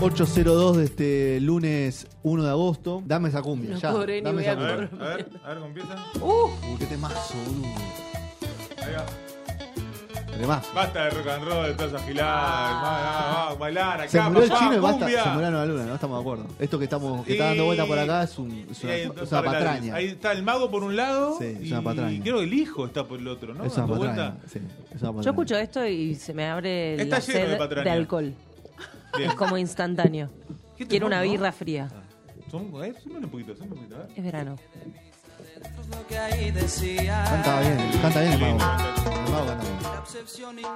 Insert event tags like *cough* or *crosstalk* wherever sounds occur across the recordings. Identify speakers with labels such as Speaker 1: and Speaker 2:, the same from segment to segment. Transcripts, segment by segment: Speaker 1: ...802 de este lunes 1 de agosto. Dame esa cumbia,
Speaker 2: No
Speaker 1: ya.
Speaker 2: cobré ni
Speaker 1: Dame
Speaker 2: voy
Speaker 1: esa
Speaker 2: a
Speaker 1: cumbia.
Speaker 2: cobrar.
Speaker 3: ver, a ver, a ver, ¿cómo empieza?
Speaker 1: Uh, qué temazo, boludo.
Speaker 3: Ahí va.
Speaker 1: Temazo.
Speaker 3: Basta de rock and roll, de todas esas
Speaker 2: Ah.
Speaker 3: giladas. Va, va, va, bailar acá,
Speaker 1: Se murió el
Speaker 3: papá,
Speaker 1: chino y basta.
Speaker 3: cumbia.
Speaker 1: Se murió la luna, no estamos de acuerdo. Esto que estamos que está dando
Speaker 3: Y-
Speaker 1: vuelta por acá es, un- es
Speaker 3: Y
Speaker 1: una,
Speaker 3: hay
Speaker 1: es
Speaker 3: dos
Speaker 1: una
Speaker 3: paralelas.
Speaker 1: patraña.
Speaker 3: Ahí está el mago por un lado.
Speaker 1: Sí, es
Speaker 3: y
Speaker 1: una patraña.
Speaker 3: creo que el hijo está por el otro, ¿no?
Speaker 1: es una
Speaker 3: Dando
Speaker 1: patraña.
Speaker 3: vuelta.
Speaker 1: sí, es una patraña.
Speaker 2: Yo escucho esto y se me abre
Speaker 3: Está
Speaker 2: la
Speaker 3: lleno de
Speaker 2: sed de,
Speaker 3: patraña.
Speaker 2: alcohol.
Speaker 3: Bien.
Speaker 2: Es como instantáneo.
Speaker 3: *laughs* ¿Qué te Ah.
Speaker 2: Quiero una
Speaker 3: pasa, no?
Speaker 2: birra fría.
Speaker 3: Son- eh, súmale un poquito, súmale un poquito. a ver.
Speaker 2: Es verano.
Speaker 1: Canta bien, canta bien el mago.
Speaker 3: Lindo.
Speaker 1: El mago canta bien.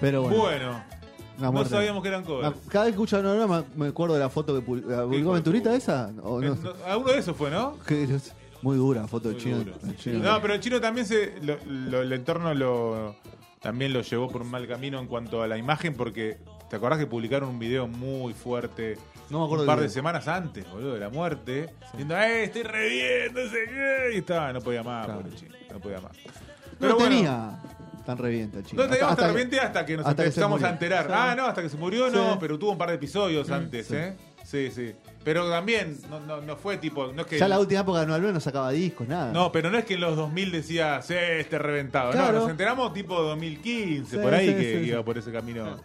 Speaker 1: Pero bueno.
Speaker 3: Bueno,
Speaker 1: una
Speaker 3: no
Speaker 1: muerte.
Speaker 3: sabíamos que eh. eran covers.
Speaker 1: Una- Cada vez que escucho la novela me me acuerdo de la foto que pul- la publicó
Speaker 3: de
Speaker 1: Venturita
Speaker 3: puta.
Speaker 1: esa. O no
Speaker 3: Eh,
Speaker 1: *laughs* sé.
Speaker 3: no, alguno de esos fue, ¿no?
Speaker 1: Que es Muy dura la foto del
Speaker 3: Muy
Speaker 1: chino.
Speaker 3: duro.
Speaker 1: del chino.
Speaker 3: No, pero el chino también se. lo- lo- el entorno lo también lo llevó por un mal camino en cuanto a la imagen, porque ¿te acordás que publicaron un video muy fuerte
Speaker 1: No me acuerdo
Speaker 3: un par
Speaker 1: del
Speaker 3: de
Speaker 1: video.
Speaker 3: semanas antes, boludo, de la muerte? Diciendo, ¡eh, estoy reviendo! Y estaba, no podía más,
Speaker 1: Claro.
Speaker 3: pobre chino, no podía más.
Speaker 1: No
Speaker 3: Pero bueno,
Speaker 1: tenía tan revienta el chino.
Speaker 3: No
Speaker 1: Hasta-
Speaker 3: teníamos hasta,
Speaker 1: hasta que-
Speaker 3: repente hasta que nos
Speaker 1: hasta que se
Speaker 3: empezamos
Speaker 1: murió.
Speaker 3: a enterar.
Speaker 1: Sí.
Speaker 3: Ah, no, hasta que se murió,
Speaker 1: Sí.
Speaker 3: no, pero tuvo un par de episodios antes,
Speaker 1: sí.
Speaker 3: ¿eh? Sí, sí. Pero también, no, no, no fue tipo, no es que.
Speaker 1: Ya la última época de Nueva Luna no sacaba discos, nada.
Speaker 3: No, pero no es que en los 2000 decía, sí, este reventado.
Speaker 1: Claro.
Speaker 3: No, nos enteramos tipo 2015,
Speaker 1: Sí,
Speaker 3: por ahí,
Speaker 1: sí,
Speaker 3: que
Speaker 1: sí,
Speaker 3: iba
Speaker 1: sí.
Speaker 3: por ese camino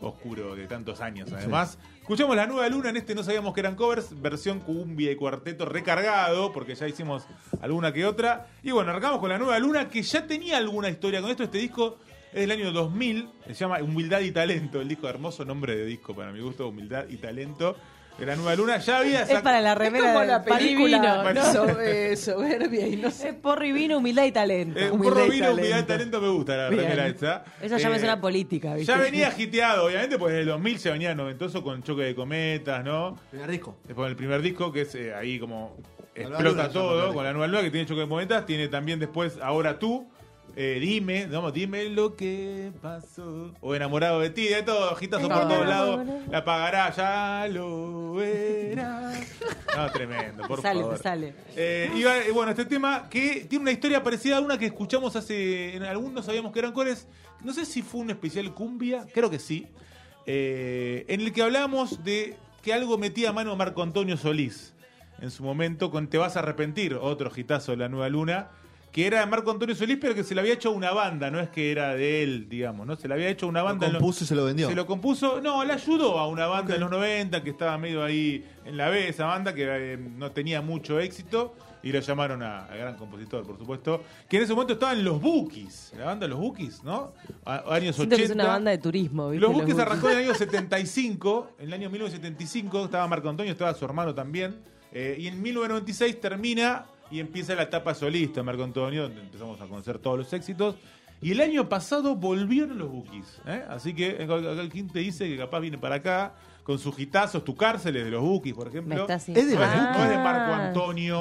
Speaker 3: oscuro de tantos años. Además, escuchamos La Nueva Luna, en este no sabíamos que eran covers, versión cumbia y cuarteto recargado, porque ya hicimos alguna que otra. Y bueno, arrancamos con La Nueva Luna, que ya tenía alguna historia con esto. Este disco es del año 2000, se llama Humildad y Talento, el disco hermoso nombre de disco para mi gusto, Humildad y Talento. De La Nueva Luna ya había
Speaker 2: Es para la remera
Speaker 4: como
Speaker 2: de
Speaker 4: la película
Speaker 3: Divino,
Speaker 4: ¿no? So- *laughs* eh, soberbia y no sé.
Speaker 2: Es porro y vino, humildad y talento.
Speaker 3: Eh, un
Speaker 4: Humildad
Speaker 3: porro
Speaker 4: y
Speaker 3: vino, humildad y
Speaker 4: talento.
Speaker 3: talento me gusta la
Speaker 4: Bien.
Speaker 3: remera esa.
Speaker 2: Esa ya
Speaker 3: Eh,
Speaker 2: me suena política, ¿viste? *laughs*
Speaker 3: Ya venía giteado, obviamente, porque desde el 2000 ya venía noventoso con choque de cometas, ¿no?
Speaker 1: Primer disco.
Speaker 3: Después el primer disco, que es eh, ahí como
Speaker 1: nueva
Speaker 3: explota
Speaker 1: luna, ya,
Speaker 3: todo,
Speaker 1: porque-
Speaker 3: con la nueva luna que tiene choque de cometas, tiene también después Ahora tú, eh, dime, vamos, dime lo que pasó. O enamorado de ti, de todo, gitazo por
Speaker 2: Enamorado.
Speaker 3: todos lados, la pagará, ya lo verás. No, tremendo, por
Speaker 2: sale,
Speaker 3: favor.
Speaker 2: sale.
Speaker 3: Eh, y va- eh, bueno, este tema que tiene una historia parecida a una que escuchamos hace. En algunos sabíamos que eran cores. No sé si fue un especial Cumbia, creo que sí. eh, en el que hablábamos de que algo metía a mano Marco Antonio Solís en su momento con Te vas a arrepentir, otro gitazo de la Nueva Luna. Que era de Marco Antonio Solís, pero que se le había hecho a una banda, no es que era de él, digamos, ¿no? Se le había hecho a una
Speaker 1: Lo
Speaker 3: banda. en los-
Speaker 1: compuso y se lo vendió.
Speaker 3: se lo compuso, no, le ayudó a una banda en los 90 que estaba medio ahí en la B, esa banda que eh, no tenía mucho éxito. Y lo llamaron a- al gran compositor, por supuesto. Que en ese momento estaban los Bookies, la banda Los Bookies, ¿no? A- años
Speaker 2: Siento
Speaker 3: 80.
Speaker 2: que es una banda de turismo, ¿viste?
Speaker 3: Los Bookies
Speaker 2: Bukis.
Speaker 3: arrancó en el año 75. En el año 1975 estaba Marco Antonio, estaba su hermano también. eh, y en 1996 termina y empieza la etapa solista de Marco Antonio, donde empezamos a conocer todos los éxitos. Y el año pasado volvieron los Bookies. ¿eh? Así que eh, acá el King te dice que capaz viene para acá con sus gitazos, tu cárceles de los Bookies, por ejemplo.
Speaker 2: Me Ah. está así.
Speaker 1: Es de
Speaker 3: No,
Speaker 1: los
Speaker 3: es,
Speaker 1: Bookies.
Speaker 3: no es de Marco Antonio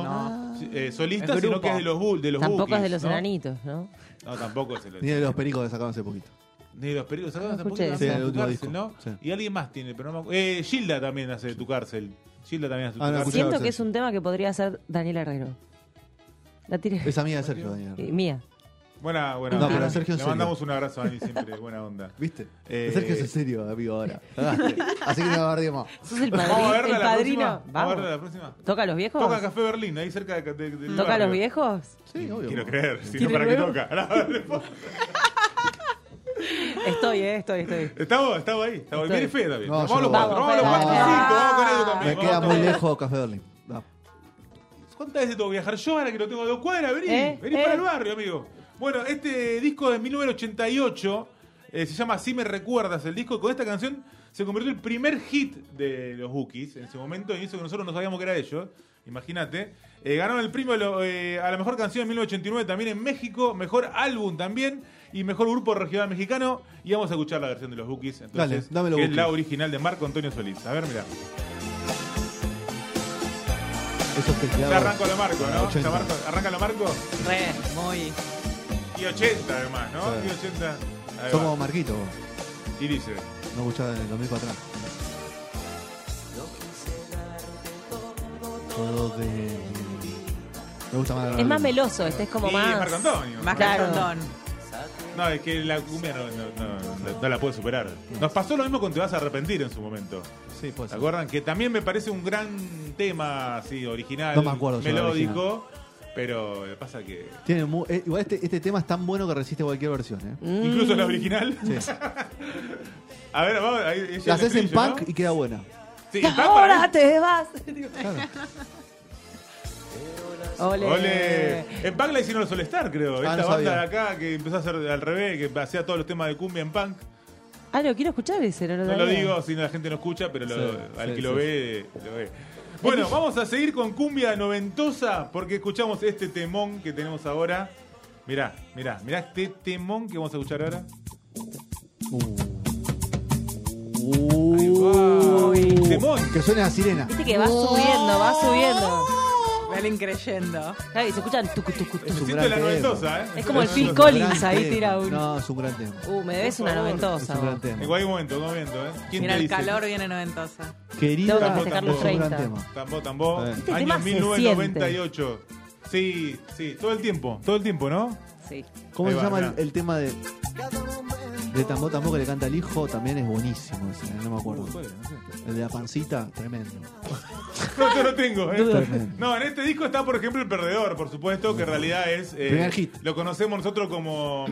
Speaker 3: eh, solista,
Speaker 4: Es
Speaker 3: sino
Speaker 4: grupo.
Speaker 3: que es de los, Bu- de los
Speaker 2: Tampoco
Speaker 3: Bookies,
Speaker 2: es de los
Speaker 3: ¿no?
Speaker 2: enanitos, ¿no?
Speaker 3: No, tampoco es de los
Speaker 1: Ni de los pericos que sacaron hace poquito.
Speaker 3: ni de los pericos sacaron hace poquito
Speaker 2: Ah, escuché
Speaker 3: también
Speaker 1: eso.
Speaker 3: de
Speaker 1: Sí,
Speaker 3: tu
Speaker 1: el último
Speaker 3: cárcel, ¿no?
Speaker 1: disco, sí.
Speaker 3: Y alguien más tiene, pero no me acuerdo. Eh, Gilda también hace de tu cárcel. Gilda también hace de tu
Speaker 1: Ah, no,
Speaker 3: cárcel.
Speaker 1: escuchaba
Speaker 2: Siento
Speaker 1: hacer
Speaker 2: que es
Speaker 1: eso.
Speaker 2: un tema que podría hacer Daniel Herrero. La tiré.
Speaker 1: Es amiga de Sergio,
Speaker 2: Eh,
Speaker 1: Daniel.
Speaker 2: mía.
Speaker 3: Buena, buena
Speaker 1: No,
Speaker 3: onda.
Speaker 1: pero Sergio es
Speaker 3: Le
Speaker 1: serio.
Speaker 3: mandamos un abrazo a Dani siempre,
Speaker 2: *laughs*
Speaker 3: buena onda.
Speaker 1: ¿Viste?
Speaker 3: Eh,
Speaker 1: Sergio es en serio, amigo, ahora. Cagaste. Así que no bardeemos.
Speaker 2: Sos el
Speaker 3: *laughs* Vamos a
Speaker 2: padrino.
Speaker 3: verla
Speaker 2: El
Speaker 3: la próxima.
Speaker 2: padrino.
Speaker 3: Vamos a verla
Speaker 2: Vamos.
Speaker 3: la próxima.
Speaker 2: ¿Toca a los viejos?
Speaker 3: Toca Café Berlín, ahí cerca de, de- del
Speaker 2: ¿Toca a
Speaker 3: barrio.
Speaker 2: los viejos?
Speaker 1: Sí, obvio.
Speaker 3: Quiero creer, si no
Speaker 2: ¿Quiere
Speaker 3: para qué
Speaker 2: huevo?
Speaker 3: toca. *laughs* No,
Speaker 2: Estoy, eh, estoy, estoy.
Speaker 3: estamos, estamos ahí, estamos
Speaker 2: Estoy.
Speaker 3: ahí. Viene fe también.
Speaker 1: No,
Speaker 3: vamos
Speaker 1: yo
Speaker 3: a los
Speaker 1: no
Speaker 3: cuatro,
Speaker 2: voy.
Speaker 3: vamos a los cuatro,
Speaker 2: No.
Speaker 3: cinco, vamos con ellos también.
Speaker 1: Me
Speaker 3: vamos
Speaker 1: queda
Speaker 3: todos.
Speaker 1: muy lejos Café Berlín. No.
Speaker 3: ¿Cuántas veces tengo que viajar yo ahora que lo tengo a dos cuadras? Vení,
Speaker 2: ¿Eh?
Speaker 3: vení
Speaker 2: ¿Eh?
Speaker 3: para el barrio, amigo. Bueno, este disco de 1988 eh, se llama Así me recuerdas el disco. y Con esta canción se convirtió en el primer hit de los Bookies en ese momento. Y eso que nosotros no sabíamos que era ellos. Imagínate. Eh, ganaron el premio a lo- eh, a la mejor canción en 1989 también en México. Mejor álbum también. y mejor grupo regional mexicano. Y vamos a escuchar la versión de los Bookies. Entonces,
Speaker 1: Dale, dame los
Speaker 3: que es
Speaker 1: Bookies.
Speaker 3: la original de Marco Antonio Solís. A ver, mirá.
Speaker 1: Esos teclados.
Speaker 3: Ya arranco lo Marco, ¿no?
Speaker 1: 80.
Speaker 3: Ya Marco, arranca lo Marco.
Speaker 4: Re, muy.
Speaker 3: Y 80 además, ¿no?
Speaker 1: Sí.
Speaker 3: Y 80. Ahí
Speaker 1: Somos
Speaker 3: va.
Speaker 1: Marquito, vos.
Speaker 3: Y dice.
Speaker 1: no escuchaba en el 2000 para atrás. Todo de... Me gusta más la
Speaker 2: Es
Speaker 1: novela.
Speaker 2: más meloso, este es como
Speaker 3: y
Speaker 2: más.
Speaker 3: Marco Antonio.
Speaker 4: Más
Speaker 2: Claro.
Speaker 4: cantón.
Speaker 3: No, es que la cumbia no, no- no- no la puede superar. Nos pasó lo mismo con Te vas a arrepentir en su momento.
Speaker 1: Pues Sí, puede
Speaker 3: ¿Se
Speaker 1: ser.
Speaker 3: acuerdan? Que también me parece un gran tema así, original,
Speaker 1: No me acuerdo yo del
Speaker 3: melódico. Pero eh, pasa que.
Speaker 1: Tiene mu- eh, igual este, este tema es tan bueno que resiste cualquier versión. ¿eh?
Speaker 2: Mm.
Speaker 3: Incluso la original.
Speaker 1: Sí.
Speaker 3: *laughs* A ver, vamos. ahí- ahí
Speaker 1: La
Speaker 3: llega el
Speaker 1: haces en
Speaker 3: estribillo, ¿no?
Speaker 1: punk y queda buena.
Speaker 2: *laughs*
Speaker 3: Sí, en punk para mí-
Speaker 2: Ahora te vas. *laughs*
Speaker 1: Claro.
Speaker 4: Ole.
Speaker 3: Ole. En punk la hicieron los Solestar, creo. Esta
Speaker 1: Ah, no
Speaker 3: banda
Speaker 1: sabía.
Speaker 3: de acá que empezó a hacer al revés, que hacía todos los temas de cumbia en punk.
Speaker 2: Ah, lo quiero escuchar ese, no lo,
Speaker 3: No lo
Speaker 2: sabía.
Speaker 3: digo si la gente no escucha, pero lo-
Speaker 1: Sí,
Speaker 3: al
Speaker 1: sí,
Speaker 3: que lo
Speaker 1: sí,
Speaker 3: ve, lo ve. Bueno, vamos a seguir con cumbia noventosa porque escuchamos este temón que tenemos ahora. Mirá, mirá, mirá este temón que vamos a escuchar ahora. Ahí va. Temón.
Speaker 1: Que suena la sirena.
Speaker 2: Viste que va subiendo, va subiendo.
Speaker 4: Valen creyendo.
Speaker 2: Claro, y se escuchan tucu, tucu,
Speaker 3: Me
Speaker 2: tucu.
Speaker 3: siento
Speaker 1: gran
Speaker 3: la
Speaker 1: tema.
Speaker 3: noventosa, ¿eh?
Speaker 2: Es como el
Speaker 3: Me
Speaker 1: Es
Speaker 3: siento
Speaker 2: Phil
Speaker 3: la
Speaker 1: un
Speaker 2: Collins,
Speaker 3: noventosa.
Speaker 1: gran
Speaker 2: ahí
Speaker 1: tema.
Speaker 2: tira un-
Speaker 1: No, es un gran tema.
Speaker 2: Uh, me debes
Speaker 3: Por
Speaker 2: una
Speaker 3: favor,
Speaker 1: Es
Speaker 2: noventosa.
Speaker 1: un gran
Speaker 2: vos.
Speaker 3: En
Speaker 1: tema.
Speaker 3: cualquier momento, en cualquier momento, ¿eh? ¿Quién
Speaker 4: Mira,
Speaker 3: te
Speaker 4: el
Speaker 3: dice?
Speaker 4: calor viene noventosa.
Speaker 1: Querida,
Speaker 2: Tengo que festejar los
Speaker 1: es un gran
Speaker 2: 30.
Speaker 1: tema.
Speaker 3: Tambó, tambó.
Speaker 1: Está bien.
Speaker 2: Este
Speaker 3: Año
Speaker 2: tema se
Speaker 3: 1998. Sí, sí, todo el tiempo, todo el tiempo, ¿no?
Speaker 2: Sí.
Speaker 1: ¿Cómo
Speaker 3: Ahí
Speaker 1: se
Speaker 3: va,
Speaker 1: llama el,
Speaker 3: mirá.
Speaker 1: el tema de. De Tambo Tambo que le canta el hijo? También es buenísimo ese, eh, no me acuerdo.
Speaker 3: Uh, ¿cuál era? No sé.
Speaker 1: El de la pancita, tremendo.
Speaker 3: No, yo no tengo. ¿eh?
Speaker 1: Tremendo.
Speaker 3: No, en este disco está, por ejemplo, El Perdedor, por supuesto, que en realidad es. eh,
Speaker 1: Primer hit.
Speaker 3: Lo conocemos nosotros como mm,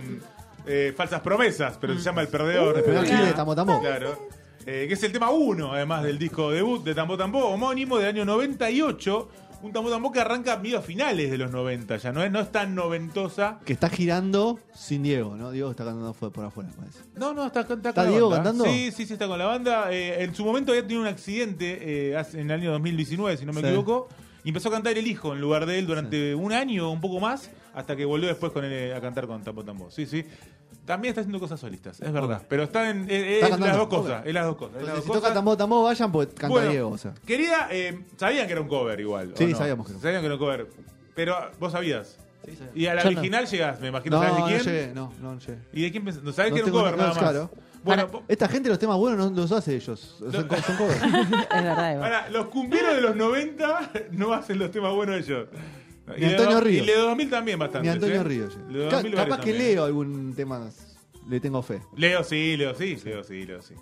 Speaker 3: eh, Falsas Promesas, pero se llama El Perdedor.
Speaker 1: el Uh, primer
Speaker 3: Claro.
Speaker 1: hit de Tambo Tambo.
Speaker 3: Claro. Eh, que es el tema 1, además del disco debut de Tambo Tambo, homónimo del año 98. Un Tambo Tambo que arranca medio a finales de los 90, ya no es, no es tan noventosa.
Speaker 1: Que está girando sin Diego, ¿no? Diego está cantando fue por afuera, parece.
Speaker 3: No, no, está, con-
Speaker 1: ¿Está
Speaker 3: con la
Speaker 1: Diego
Speaker 3: banda.
Speaker 1: cantando?
Speaker 3: Sí, sí, sí, está con la banda. Eh, en su momento había tenido un accidente eh, hace- en el año 2019, si no me
Speaker 1: Sí.
Speaker 3: equivoco. Y empezó a cantar el hijo en lugar de él durante un año, un poco más, hasta que volvió después con él eh, a cantar con Tambo Tambo. Sí, sí. También está haciendo cosas solistas, es verdad. Pero está en,
Speaker 1: Está
Speaker 3: eh, es
Speaker 1: cantando.
Speaker 3: las dos cosas.
Speaker 1: Ok.
Speaker 3: Es las dos cosas. es las
Speaker 1: Entonces, si
Speaker 3: dos
Speaker 1: toca
Speaker 3: cosas.
Speaker 1: Tambo Tambo, vayan porque canta
Speaker 3: Bueno,
Speaker 1: Diego, o sea.
Speaker 3: Quería, eh, sabían que era un cover igual. ¿o
Speaker 1: Sí,
Speaker 3: no?
Speaker 1: sabíamos que era un
Speaker 3: Sabían que era un cover. Pero ah, vos sabías. Y a la
Speaker 2: Yo no.
Speaker 3: original llegás, me imagino.
Speaker 1: No,
Speaker 3: ¿Sabés de
Speaker 1: no
Speaker 3: quién?
Speaker 1: llegué, no, no llegué.
Speaker 3: ¿Y de quién pensás? No sabés
Speaker 1: No
Speaker 3: que era un
Speaker 1: tengo-
Speaker 3: cover,
Speaker 1: no,
Speaker 3: nada más.
Speaker 1: claro.
Speaker 3: Bueno, po-
Speaker 1: Esta gente los temas buenos no los hace ellos. Son, co- son
Speaker 3: *laughs*
Speaker 1: covers.
Speaker 2: Es verdad, Eva.
Speaker 3: Ahora, los cumbieros de los 90 *laughs* no hacen los temas buenos ellos.
Speaker 1: Ni Antonio Ríos.
Speaker 3: Y de 2000 también bastante.
Speaker 1: Ni Antonio
Speaker 3: ¿eh?
Speaker 1: Ríos.
Speaker 3: Los
Speaker 1: llegué.
Speaker 3: 2000
Speaker 1: Ca-
Speaker 3: varios
Speaker 1: Capaz que
Speaker 3: también. ¿eh?
Speaker 1: leo algún tema, más. le tengo fe.
Speaker 3: Leo sí, Leo sí, Leo sí, Leo sí.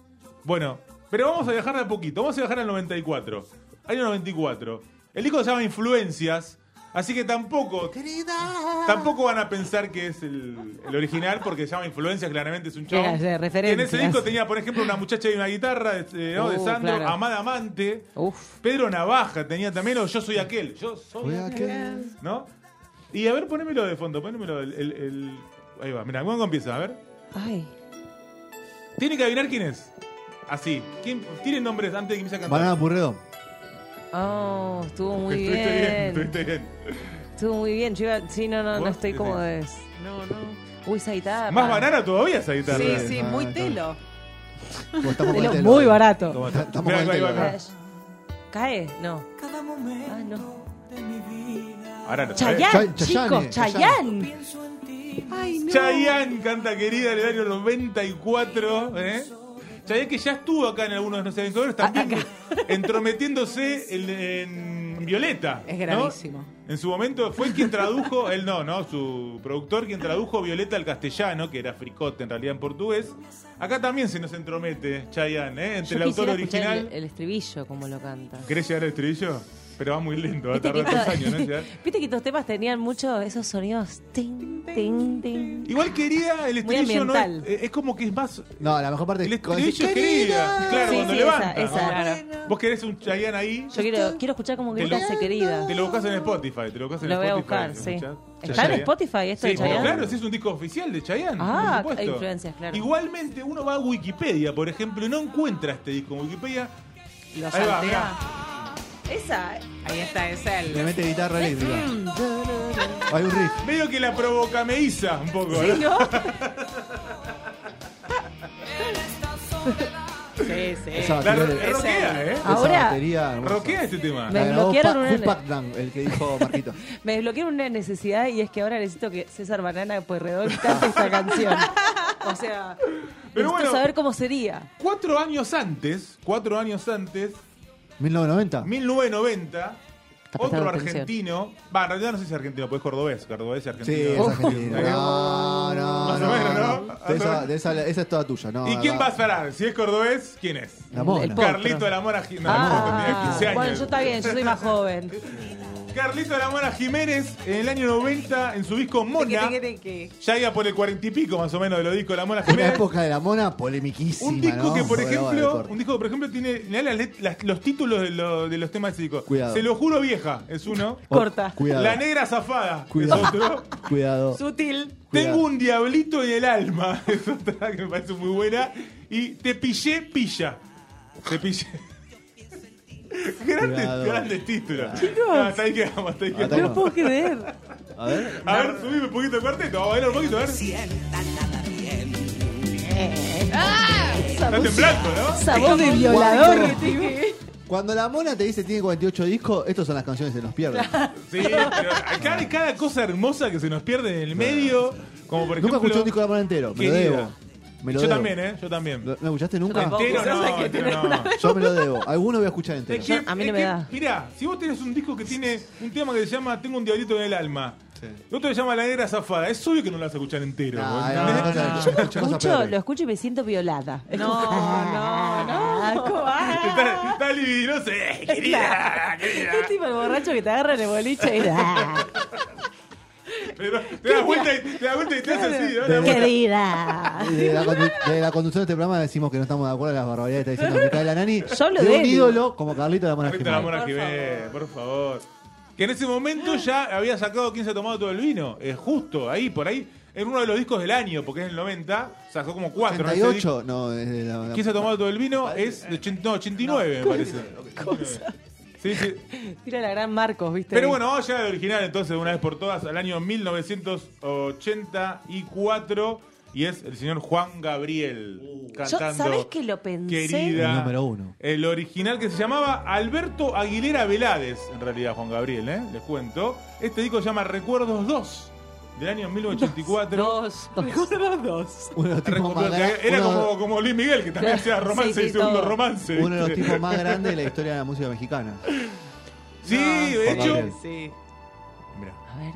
Speaker 3: Bueno, pero vamos a viajar de a poquito. Vamos a viajar al 94. Año 94. El disco se llama Influencias. Así que tampoco. Tampoco van a pensar que es el, el original porque se llama Influencias, claramente es un
Speaker 2: Que
Speaker 3: chavo.
Speaker 2: era de
Speaker 3: En ese
Speaker 2: referencias.
Speaker 3: disco tenía, por ejemplo, una muchacha y una guitarra de, eh, ¿no? de
Speaker 2: Uh,
Speaker 3: Sandro,
Speaker 2: claro.
Speaker 3: Amada Amante.
Speaker 2: Uf.
Speaker 3: Pedro Navaja tenía también, o yo soy aquel. Yo soy
Speaker 1: Voy a
Speaker 3: aquel.
Speaker 1: que-
Speaker 3: ¿No? Y a ver, ponémelo de fondo, ponémelo el. el- el- Ahí va, mira, ¿cómo empieza? A ver.
Speaker 2: Ay.
Speaker 3: Tiene que adivinar quién es. Así. ¿Quién, tienen nombres antes de que empiece a cantar.
Speaker 1: Banana Purredón.
Speaker 2: Oh, estuvo muy
Speaker 3: Estuviste
Speaker 2: bien.
Speaker 3: estuviste bien.
Speaker 2: Estuvo muy bien. Yo iba... Sí, no, no, no
Speaker 3: ¿Vos?
Speaker 2: estoy
Speaker 3: Sí,
Speaker 2: como
Speaker 3: sí.
Speaker 2: de.
Speaker 4: No, no.
Speaker 2: Uy, esa guitarra.
Speaker 3: Más banana todavía esa guitarra.
Speaker 4: Sí,
Speaker 1: Re,
Speaker 4: sí,
Speaker 1: no,
Speaker 4: muy
Speaker 1: no.
Speaker 4: telo.
Speaker 1: Como estamos
Speaker 2: De
Speaker 1: con
Speaker 2: lo
Speaker 1: el telo.
Speaker 2: muy barato.
Speaker 3: Toma,
Speaker 1: Estamos
Speaker 3: mirá,
Speaker 1: con el
Speaker 3: ahí va,
Speaker 1: telo.
Speaker 3: ahí
Speaker 2: ¿Cae? No. Ah, no.
Speaker 3: va. Ahora no.
Speaker 2: Chayán,
Speaker 1: Chay- Chayanne,
Speaker 2: chicos, Chayán. Ay, no.
Speaker 3: Chayanne canta querida en el año 94. ¿eh? Chayanne que ya estuvo acá en algunos No sé covers,
Speaker 2: Ah,
Speaker 3: también entrometiéndose en, en Violeta.
Speaker 4: Es
Speaker 3: ¿no?
Speaker 4: gravísimo.
Speaker 3: En su momento fue
Speaker 2: *laughs*
Speaker 3: quien tradujo, él no, ¿no? Su productor quien tradujo Violeta al castellano, que era fricote en realidad en portugués. Acá también se nos entromete Chayanne, ¿eh? Entre
Speaker 2: Yo
Speaker 3: el autor
Speaker 2: quisiera escuchar
Speaker 3: original.
Speaker 2: el, el estribillo como lo canta.
Speaker 3: ¿Querés llegar al estribillo? Pero va muy lento, va a
Speaker 2: Viste que,
Speaker 3: tardar dos
Speaker 2: estos,
Speaker 3: años, ¿no? Llegar.
Speaker 2: *laughs* viste que estos temas tenían mucho esos sonidos. Ting, ting, ting.
Speaker 3: Igual quería el estribillo, ¿no? Es, eh,
Speaker 2: ambiental.
Speaker 3: es como que es más.
Speaker 1: No, la mejor parte
Speaker 3: El
Speaker 1: es cuando
Speaker 3: estribillo
Speaker 1: dice,
Speaker 3: es querida. Claro,
Speaker 2: Sí,
Speaker 3: cuando
Speaker 2: sí,
Speaker 3: levanta.
Speaker 2: esa, esa.
Speaker 3: ¿no?
Speaker 4: Claro.
Speaker 3: Vos querés un Chayanne ahí.
Speaker 2: Yo quiero, quiero escuchar como
Speaker 3: Te
Speaker 2: grita
Speaker 3: lo-
Speaker 2: ese querida.
Speaker 3: Te lo buscas en Spotify, te lo buscas en
Speaker 2: Lo voy a
Speaker 3: Spotify.
Speaker 2: buscar,
Speaker 3: ¿lo
Speaker 2: sí.
Speaker 3: escuchás?
Speaker 2: ¿Está en
Speaker 3: Chayanne.
Speaker 2: Spotify esto de
Speaker 3: Sí, pero
Speaker 2: Chayanne?
Speaker 3: claro, sí es un disco oficial de Chayanne.
Speaker 2: Ah,
Speaker 3: por supuesto.
Speaker 2: hay influencias, claro.
Speaker 3: Igualmente, uno va a Wikipedia, por ejemplo, y no encuentra este disco en Wikipedia.
Speaker 4: Lo
Speaker 3: Ahí va,
Speaker 4: saltea.
Speaker 2: Esa.
Speaker 4: Ahí está, es
Speaker 1: Le
Speaker 4: él.
Speaker 1: mete guitarra eléctrica. Hay un riff.
Speaker 3: Medio que la provoca me un poco,
Speaker 2: Sí,
Speaker 3: ¿no?
Speaker 2: ¿no?
Speaker 4: Sí, sí.
Speaker 1: Esa batería,
Speaker 3: La ro-
Speaker 1: de-
Speaker 4: es-
Speaker 3: roquea, ¿eh?
Speaker 1: esa
Speaker 2: Ahora-
Speaker 1: batería hermosa.
Speaker 3: Roquea este tema.
Speaker 2: Me
Speaker 1: La grabó
Speaker 2: bloquearon
Speaker 1: Pa-
Speaker 2: una-
Speaker 1: fue Pac Dan, el que dijo Marquito.
Speaker 2: Me desbloquearon una necesidad y es que ahora necesito que César Banana Puerredón cante esta canción. O sea, necesito
Speaker 3: bueno.
Speaker 2: saber cómo sería.
Speaker 3: Cuatro años antes, cuatro años antes,
Speaker 1: 1990.
Speaker 3: 1990, otro
Speaker 2: prestando atención.
Speaker 3: argentino, va, en realidad no sé si es argentino, pues es cordobés, cordobés y
Speaker 1: Sí,
Speaker 3: argentino.
Speaker 1: es argentina. No, no,
Speaker 3: Más o
Speaker 1: no,
Speaker 3: menos, ¿no?
Speaker 1: no.
Speaker 3: Más o
Speaker 1: De esa,
Speaker 3: menos.
Speaker 1: de esa, esa es toda tuya. No,
Speaker 3: ¿Y quién
Speaker 1: la-
Speaker 3: va a esperar? Si es cordobés, ¿quién es?
Speaker 1: La mona.
Speaker 2: El po-
Speaker 3: Carlito de la Mora Jiménez. No, tenía 15 años.
Speaker 2: Ah. bueno, yo está bien, yo soy más joven.
Speaker 3: Carlito de la Mora Jiménez, en el año 90, en su disco Mona,
Speaker 4: Tiqui, tiqui, tiqui.
Speaker 3: ya iba por el cuarenta y pico más o menos de los discos de la Mora
Speaker 1: Una
Speaker 3: Jiménez.
Speaker 1: época de la mona polemiquísima.
Speaker 3: Un disco
Speaker 1: ¿no?
Speaker 3: que, por
Speaker 1: Bueno,
Speaker 3: ejemplo,
Speaker 1: bueno,
Speaker 3: un disco que, por ejemplo, tiene mirá las let- las- los títulos de, lo- de los temas de ese disco.
Speaker 1: Cuidado.
Speaker 3: Se lo juro vieja, es uno.
Speaker 2: Oh, Corta.
Speaker 1: Cuidado.
Speaker 3: La negra zafada,
Speaker 1: Cuidado.
Speaker 3: es otro.
Speaker 1: Cuidado.
Speaker 4: Sutil.
Speaker 1: Cuidado.
Speaker 3: Tengo un diablito en el alma, *laughs* es otra que me parece muy buena. Y te pillé, pilla. Te pillé. *laughs* Grandes,
Speaker 1: Cuidado.
Speaker 3: grandes títulos. Ah, hasta ahí quedamos, hasta ahí
Speaker 1: Ah,
Speaker 3: quedamos.
Speaker 2: No puedo creer.
Speaker 1: A ver.
Speaker 3: A ver, subime un poquito el cuarteto, vamos a bailar un poquito, a ver. Está
Speaker 2: Esa voz,
Speaker 3: temblando, ¿no?
Speaker 2: esa voz de violador que tiene.
Speaker 1: Cuando la mona te dice tiene 48 discos, estas son las canciones que se nos pierden.
Speaker 2: *laughs*
Speaker 3: Sí, pero acá hay cada cosa hermosa que se nos pierde en el medio, como por
Speaker 1: Nunca
Speaker 3: ejemplo...
Speaker 1: escuché un disco de la mona entero. Me lo
Speaker 3: Querida.
Speaker 1: debo. Me lo
Speaker 3: Yo
Speaker 1: debo.
Speaker 3: también, ¿eh? Yo también.
Speaker 1: ¿Lo- ¿No escuchaste nunca?
Speaker 2: tampoco.
Speaker 3: Entero
Speaker 2: Vos sabés
Speaker 3: no,
Speaker 2: que
Speaker 3: entero
Speaker 2: tiene
Speaker 3: no.
Speaker 1: Yo me lo debo. Alguno voy a escuchar entero.
Speaker 3: Es que-
Speaker 2: a mí
Speaker 3: es
Speaker 2: no me
Speaker 3: que,
Speaker 2: da.
Speaker 3: Mirá, si vos tenés un disco que tiene un tema que se llama Tengo un diablito en el alma,
Speaker 1: Sí.
Speaker 3: y otro que se llama La negra zafada, es obvio que no lo vas a escuchar entero.
Speaker 1: No,
Speaker 3: ¿vos
Speaker 1: no,
Speaker 3: entendés?
Speaker 1: no, no, no.
Speaker 2: Yo lo
Speaker 1: Escuchá cosas
Speaker 2: escucho,
Speaker 1: peores.
Speaker 2: lo escucho y me siento violada. Es
Speaker 4: No,
Speaker 2: como-
Speaker 4: no,
Speaker 2: Ah, cobarde.
Speaker 3: Está, está libidinoso, eh, querida, querida.
Speaker 2: Es tipo el borracho que te agarra en el boliche y "Ah, da.
Speaker 3: Pero te das vuelta y te das vuelta y te haces así, ¿no? Te das vuelta.
Speaker 2: Querida.
Speaker 1: De la, condu- de la conducción de este programa decimos que no estamos de acuerdo en las barbaridades que está diciendo Micaela Nani.
Speaker 2: Yo lo
Speaker 1: de un
Speaker 2: debo.
Speaker 1: ídolo como Carlito la Mona
Speaker 3: Ahorita la
Speaker 1: Jiménez.
Speaker 3: Mona Jiménez, por favor. Que en ese momento ya había sacado quién se ha tomado todo el vino. Es justo, ahí, por ahí. En uno de los discos del año, porque es el 90, sacó como cuatro. ¿no? Ese disco.
Speaker 1: 38, no, es de la,
Speaker 3: ¿Quién se ha tomado todo el vino? Es de 80 no, 89, me parece. Sí, sí.
Speaker 2: Tira la gran Marcos, ¿viste?
Speaker 3: Pero bueno, vamos a llegar al original entonces, de una vez por todas, al año 1984. Y es el señor Juan Gabriel
Speaker 2: Yo,
Speaker 3: cantando.
Speaker 2: ¿sabés que lo pensé?
Speaker 3: Querida.
Speaker 1: El número uno.
Speaker 3: El original que se llamaba Alberto Aguilera Velades, en realidad, Juan Gabriel, ¿eh? Les cuento. Este disco se llama Recuerdos 2, del año 1984.
Speaker 2: Dos. Recuerdo dos.
Speaker 1: uno de los tipos
Speaker 3: Recuerdos
Speaker 1: más
Speaker 3: que era
Speaker 1: uno-
Speaker 3: como, como Luis Miguel, que también hacía
Speaker 2: *laughs*
Speaker 3: romance
Speaker 2: Sí, sí,
Speaker 3: y segundo
Speaker 2: todo.
Speaker 3: romance.
Speaker 1: uno de los
Speaker 3: ¿viste?
Speaker 1: tipos más grandes de la historia de la música mexicana.
Speaker 3: Sí,
Speaker 4: No,
Speaker 3: de
Speaker 1: Ah, Juan
Speaker 3: hecho.
Speaker 1: Gabriel.
Speaker 4: Sí.
Speaker 3: Mirá.
Speaker 2: A ver.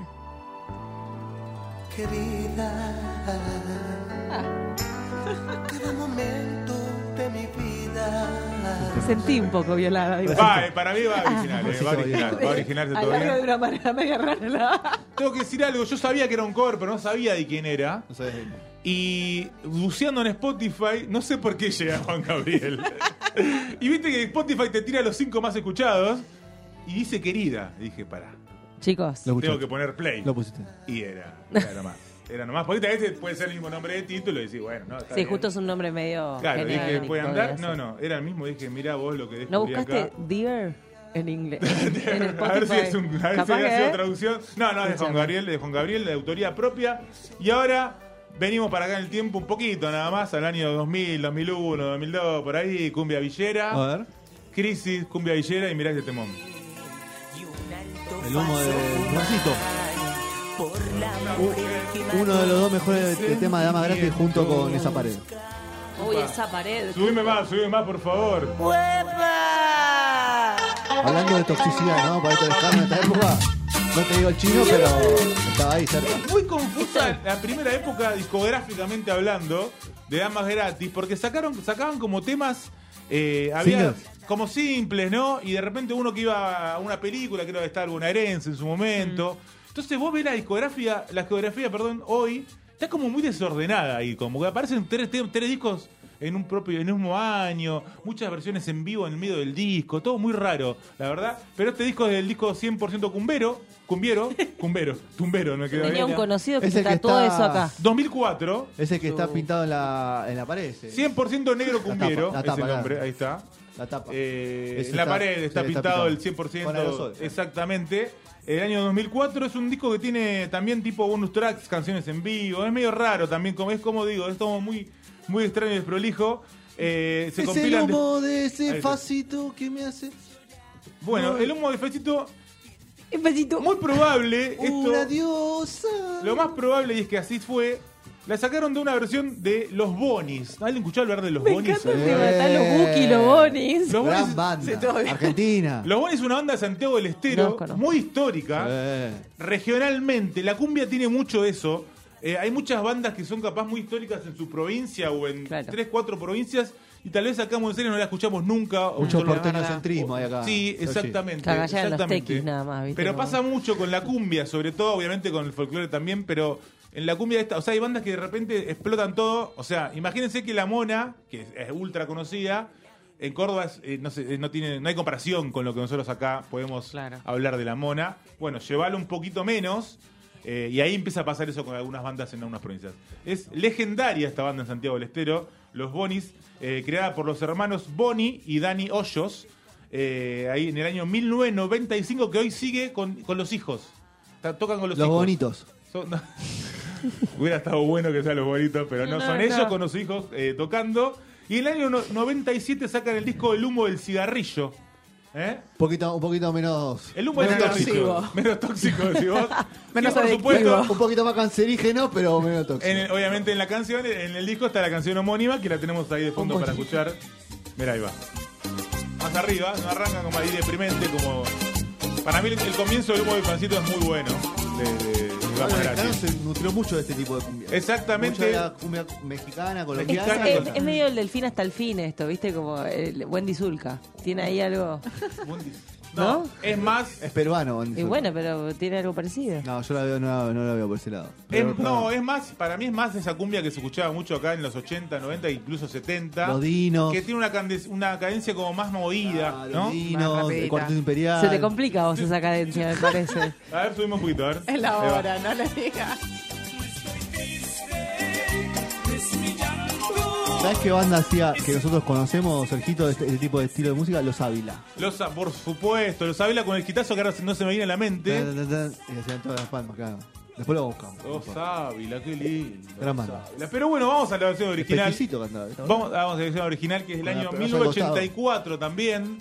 Speaker 5: Cada momento de mi vida.
Speaker 2: Me sentí un poco violada. digo.
Speaker 3: Va, eh, para mí va original, eh, va
Speaker 1: Ah.
Speaker 3: original, va originarse
Speaker 2: Al lado de
Speaker 3: todavía.
Speaker 2: una manera media rara. la-
Speaker 3: Tengo que decir algo, yo sabía que era un cover, pero no sabía de quién era.
Speaker 1: No sabés de-
Speaker 3: Y buceando en Spotify, no sé por qué llega Juan Gabriel. *laughs* y viste que Spotify te tira los cinco más escuchados y dice querida. Y dije, pará,
Speaker 2: Chicos,
Speaker 1: Lo
Speaker 3: tengo
Speaker 1: escuchaste.
Speaker 3: que poner play.
Speaker 1: Lo pusiste.
Speaker 3: Y era, era nomás. Era nomás. Porque a veces puede ser el mismo nombre de título y decís, bueno, no. Está
Speaker 2: sí,
Speaker 3: bien.
Speaker 2: justo es un nombre medio.
Speaker 3: eh, Claro,
Speaker 2: genérico,
Speaker 3: dije, ¿puede andar?
Speaker 2: podría
Speaker 3: No,
Speaker 2: ser.
Speaker 3: no, era el mismo. Dije, mirá vos lo que descubrí
Speaker 2: ¿No buscaste
Speaker 3: acá.
Speaker 2: Dear en
Speaker 3: *laughs*
Speaker 2: inglés? en el
Speaker 3: a ver si
Speaker 2: Spotify.
Speaker 3: es un, a ver si
Speaker 2: Capaz
Speaker 3: ha
Speaker 2: que- ¿eh?
Speaker 3: sido traducción. No, no, es de Juan
Speaker 2: Escuchame.
Speaker 3: Gabriel, de Juan Gabriel, de autoría propia. Y ahora venimos para acá en el tiempo un poquito nada más, al año 2000, 2001, 2002, por ahí, Cumbia
Speaker 1: A
Speaker 3: Villera,
Speaker 1: ver.
Speaker 3: Crisis, Cumbia Villera y mirá este temón.
Speaker 1: El humo de Juancito. U- Uno de los dos mejores eh, temas de Dama Gratis junto con esa pared.
Speaker 2: Uy, esa pared.
Speaker 3: Subime más, subime más, por favor.
Speaker 1: Hablando de toxicidad, ¿no? Para esto de estar en esta época. No te digo el chino, pero estaba ahí cerca.
Speaker 3: Muy confusa la primera época discográficamente hablando de Damas Gratis, porque sacaron, sacaban como temas eh, había
Speaker 1: Singles.
Speaker 3: como simples, ¿no? Y de repente uno que iba a una película, creo que estaba bonaerense en su momento. Entonces vos ves la discografía, la geografía, perdón, hoy, está como muy desordenada ahí, como que aparecen tres, te- tres discos en un propio, en un mismo año, muchas versiones en vivo en el medio del disco, todo muy raro, la verdad. Pero este disco es del disco 100% cumbero, cumbiero, cumbero, tumbero, no me quedó
Speaker 2: Tenía
Speaker 3: bien.
Speaker 2: un conocido que
Speaker 1: Es
Speaker 2: se
Speaker 1: el que
Speaker 2: tatuó
Speaker 1: está-
Speaker 2: eso acá.
Speaker 3: 2004,
Speaker 1: Ese que está pintado en la, en la pared. ese.
Speaker 3: 100% negro cumbiero,
Speaker 1: la tapa,
Speaker 3: es el nombre,
Speaker 1: claro.
Speaker 3: ahí está.
Speaker 1: La tapa.
Speaker 3: Eh,
Speaker 1: Ese
Speaker 3: en la
Speaker 1: está-
Speaker 3: pared
Speaker 1: sí,
Speaker 3: está,
Speaker 1: está pintado.
Speaker 3: pintado el
Speaker 1: Con
Speaker 3: 100%,
Speaker 1: aerosol.
Speaker 3: exactamente. El año 2004 es un disco que tiene también tipo bonus tracks, canciones en vivo. Es medio raro también, como es como digo, es como muy, muy extraño y desprolijo. Eh, se
Speaker 1: es el
Speaker 3: compilan. de-
Speaker 1: humo de
Speaker 3: Ahí
Speaker 1: ese
Speaker 3: está.
Speaker 1: facito que me hace
Speaker 3: Bueno, el humo del fecito,
Speaker 2: Un besito.
Speaker 3: muy probable.
Speaker 1: una
Speaker 3: esto,
Speaker 1: diosa.
Speaker 3: lo más probable, y es que así fue, la sacaron de una versión de Los Bonis. ¿Alguien escuchó hablar de Los
Speaker 2: Me
Speaker 3: Bonis?
Speaker 2: encanta
Speaker 1: Eh.
Speaker 2: de matar los Buki, los Bonis.
Speaker 3: Los
Speaker 1: Gran
Speaker 3: Bonis, se-
Speaker 1: banda. Argentina.
Speaker 3: Los Bonis es una banda de Santiago del
Speaker 2: No
Speaker 3: Estero,
Speaker 2: los conozco.
Speaker 3: muy histórica,
Speaker 1: Eh.
Speaker 3: regionalmente. La cumbia tiene mucho eso. Eh, hay muchas bandas que son capaz muy históricas en su provincia o en
Speaker 2: Claro.
Speaker 3: tres, cuatro provincias. Y tal vez acá en Buenos Aires no la escuchamos nunca. o
Speaker 1: Mucho
Speaker 3: solo-
Speaker 1: porteñocentrismo hay acá.
Speaker 3: Sí,
Speaker 1: Sochi.
Speaker 3: exactamente.
Speaker 2: Claro, allá eran los
Speaker 3: exactamente.
Speaker 2: tequis nada más, ¿viste?
Speaker 3: Pero
Speaker 2: No.
Speaker 3: pasa mucho con la cumbia, sobre todo, obviamente con el folclore también, pero en la cumbia esta, o sea, hay bandas que de repente explotan todo. O sea, imagínense que la mona, que es, es ultra conocida, en Córdoba es, eh, no, sé, eh, no tiene, no hay comparación con lo que nosotros acá podemos
Speaker 4: Claro.
Speaker 3: hablar de la mona. Bueno, llevarlo un poquito menos. eh, y ahí empieza a pasar eso con algunas bandas en algunas provincias. Es legendaria esta banda en Santiago del Estero, Los Bonis, eh, creada por los hermanos Boni y Dani Hoyos, eh, ahí en el año 1995, que hoy sigue con, con los hijos. Ta- Tocan con los,
Speaker 1: Los
Speaker 3: hijos.
Speaker 1: bonitos.
Speaker 3: Son- *laughs* no. Hubiera estado bueno que sean los bonitos, pero no,
Speaker 2: No,
Speaker 3: son
Speaker 2: no.
Speaker 3: ellos con los hijos eh, tocando. Y en el año no- 97 sacan el disco El humo del cigarrillo. ¿Eh?
Speaker 1: Un poquito, un poquito menos.
Speaker 3: El humo del
Speaker 4: Menos
Speaker 3: cigarrillo.
Speaker 4: tóxico.
Speaker 3: Menos tóxico, decís vos.
Speaker 4: Menos
Speaker 3: Y, por
Speaker 4: adictivo.
Speaker 3: supuesto,
Speaker 1: Un poquito más cancerígeno, pero menos tóxico.
Speaker 3: en el- obviamente en la canción, en el disco está la canción homónima que la tenemos ahí de fondo para escuchar. Mira, ahí va. Más arriba, no arranca como ahí deprimente, como. Para mí el, el comienzo del humo del pancito es muy bueno. De, de, de Iván
Speaker 1: Bueno, el
Speaker 3: Marazzi.
Speaker 1: mexicano se nutrió mucho de este tipo de cumbia.
Speaker 3: Exactamente.
Speaker 1: Mucho de la cumbia mexicana,
Speaker 2: Es,
Speaker 1: colombiana.
Speaker 3: Mexicana.
Speaker 2: es- es medio el delfín hasta el fin esto, ¿viste? Como el Wendy Zulka. Tiene ahí algo...
Speaker 3: No,
Speaker 2: ¿No?
Speaker 3: es más.
Speaker 1: Es peruano. Bonnie.
Speaker 2: Y bueno, pero tiene algo parecido.
Speaker 1: No, yo la veo, no, la- no la veo por ese lado.
Speaker 3: es-
Speaker 1: Pero,
Speaker 3: no, es más, para mí es más esa cumbia que se escuchaba mucho acá en los 80, 90, incluso 70.
Speaker 1: Los dinos.
Speaker 3: Que tiene una, cande- una cadencia como más movida,
Speaker 1: Ah,
Speaker 3: ¿no?
Speaker 1: Los dinos, el
Speaker 4: rapidita.
Speaker 1: cuarteto imperial.
Speaker 2: Se te complica a vos esa cadencia,
Speaker 3: *laughs*
Speaker 2: me parece.
Speaker 3: A ver, subimos un poquito, a ver.
Speaker 4: Es la
Speaker 3: Ahí va.
Speaker 4: hora, no le digas.
Speaker 1: ¿Sabes qué banda hacía que nosotros conocemos, Sergito, este, este tipo de estilo de música? Los Ávila.
Speaker 3: Los, a- por supuesto, los Ávila con el quitazo que ahora no se me viene a la
Speaker 1: Tan,
Speaker 3: mente.
Speaker 1: tan, tan, tan, Y hacían todas las palmas, claro. Después lo buscamos.
Speaker 3: Los Ávila, qué lindo.
Speaker 1: Gran
Speaker 3: Los
Speaker 1: banda.
Speaker 3: Ávila. Pero bueno, vamos a la versión original.
Speaker 1: Peticito cantaba. ¿no?
Speaker 3: Vamos, ah, vamos a la versión original, que es del
Speaker 1: Con la
Speaker 3: año
Speaker 1: pegazo al
Speaker 3: 1984 también.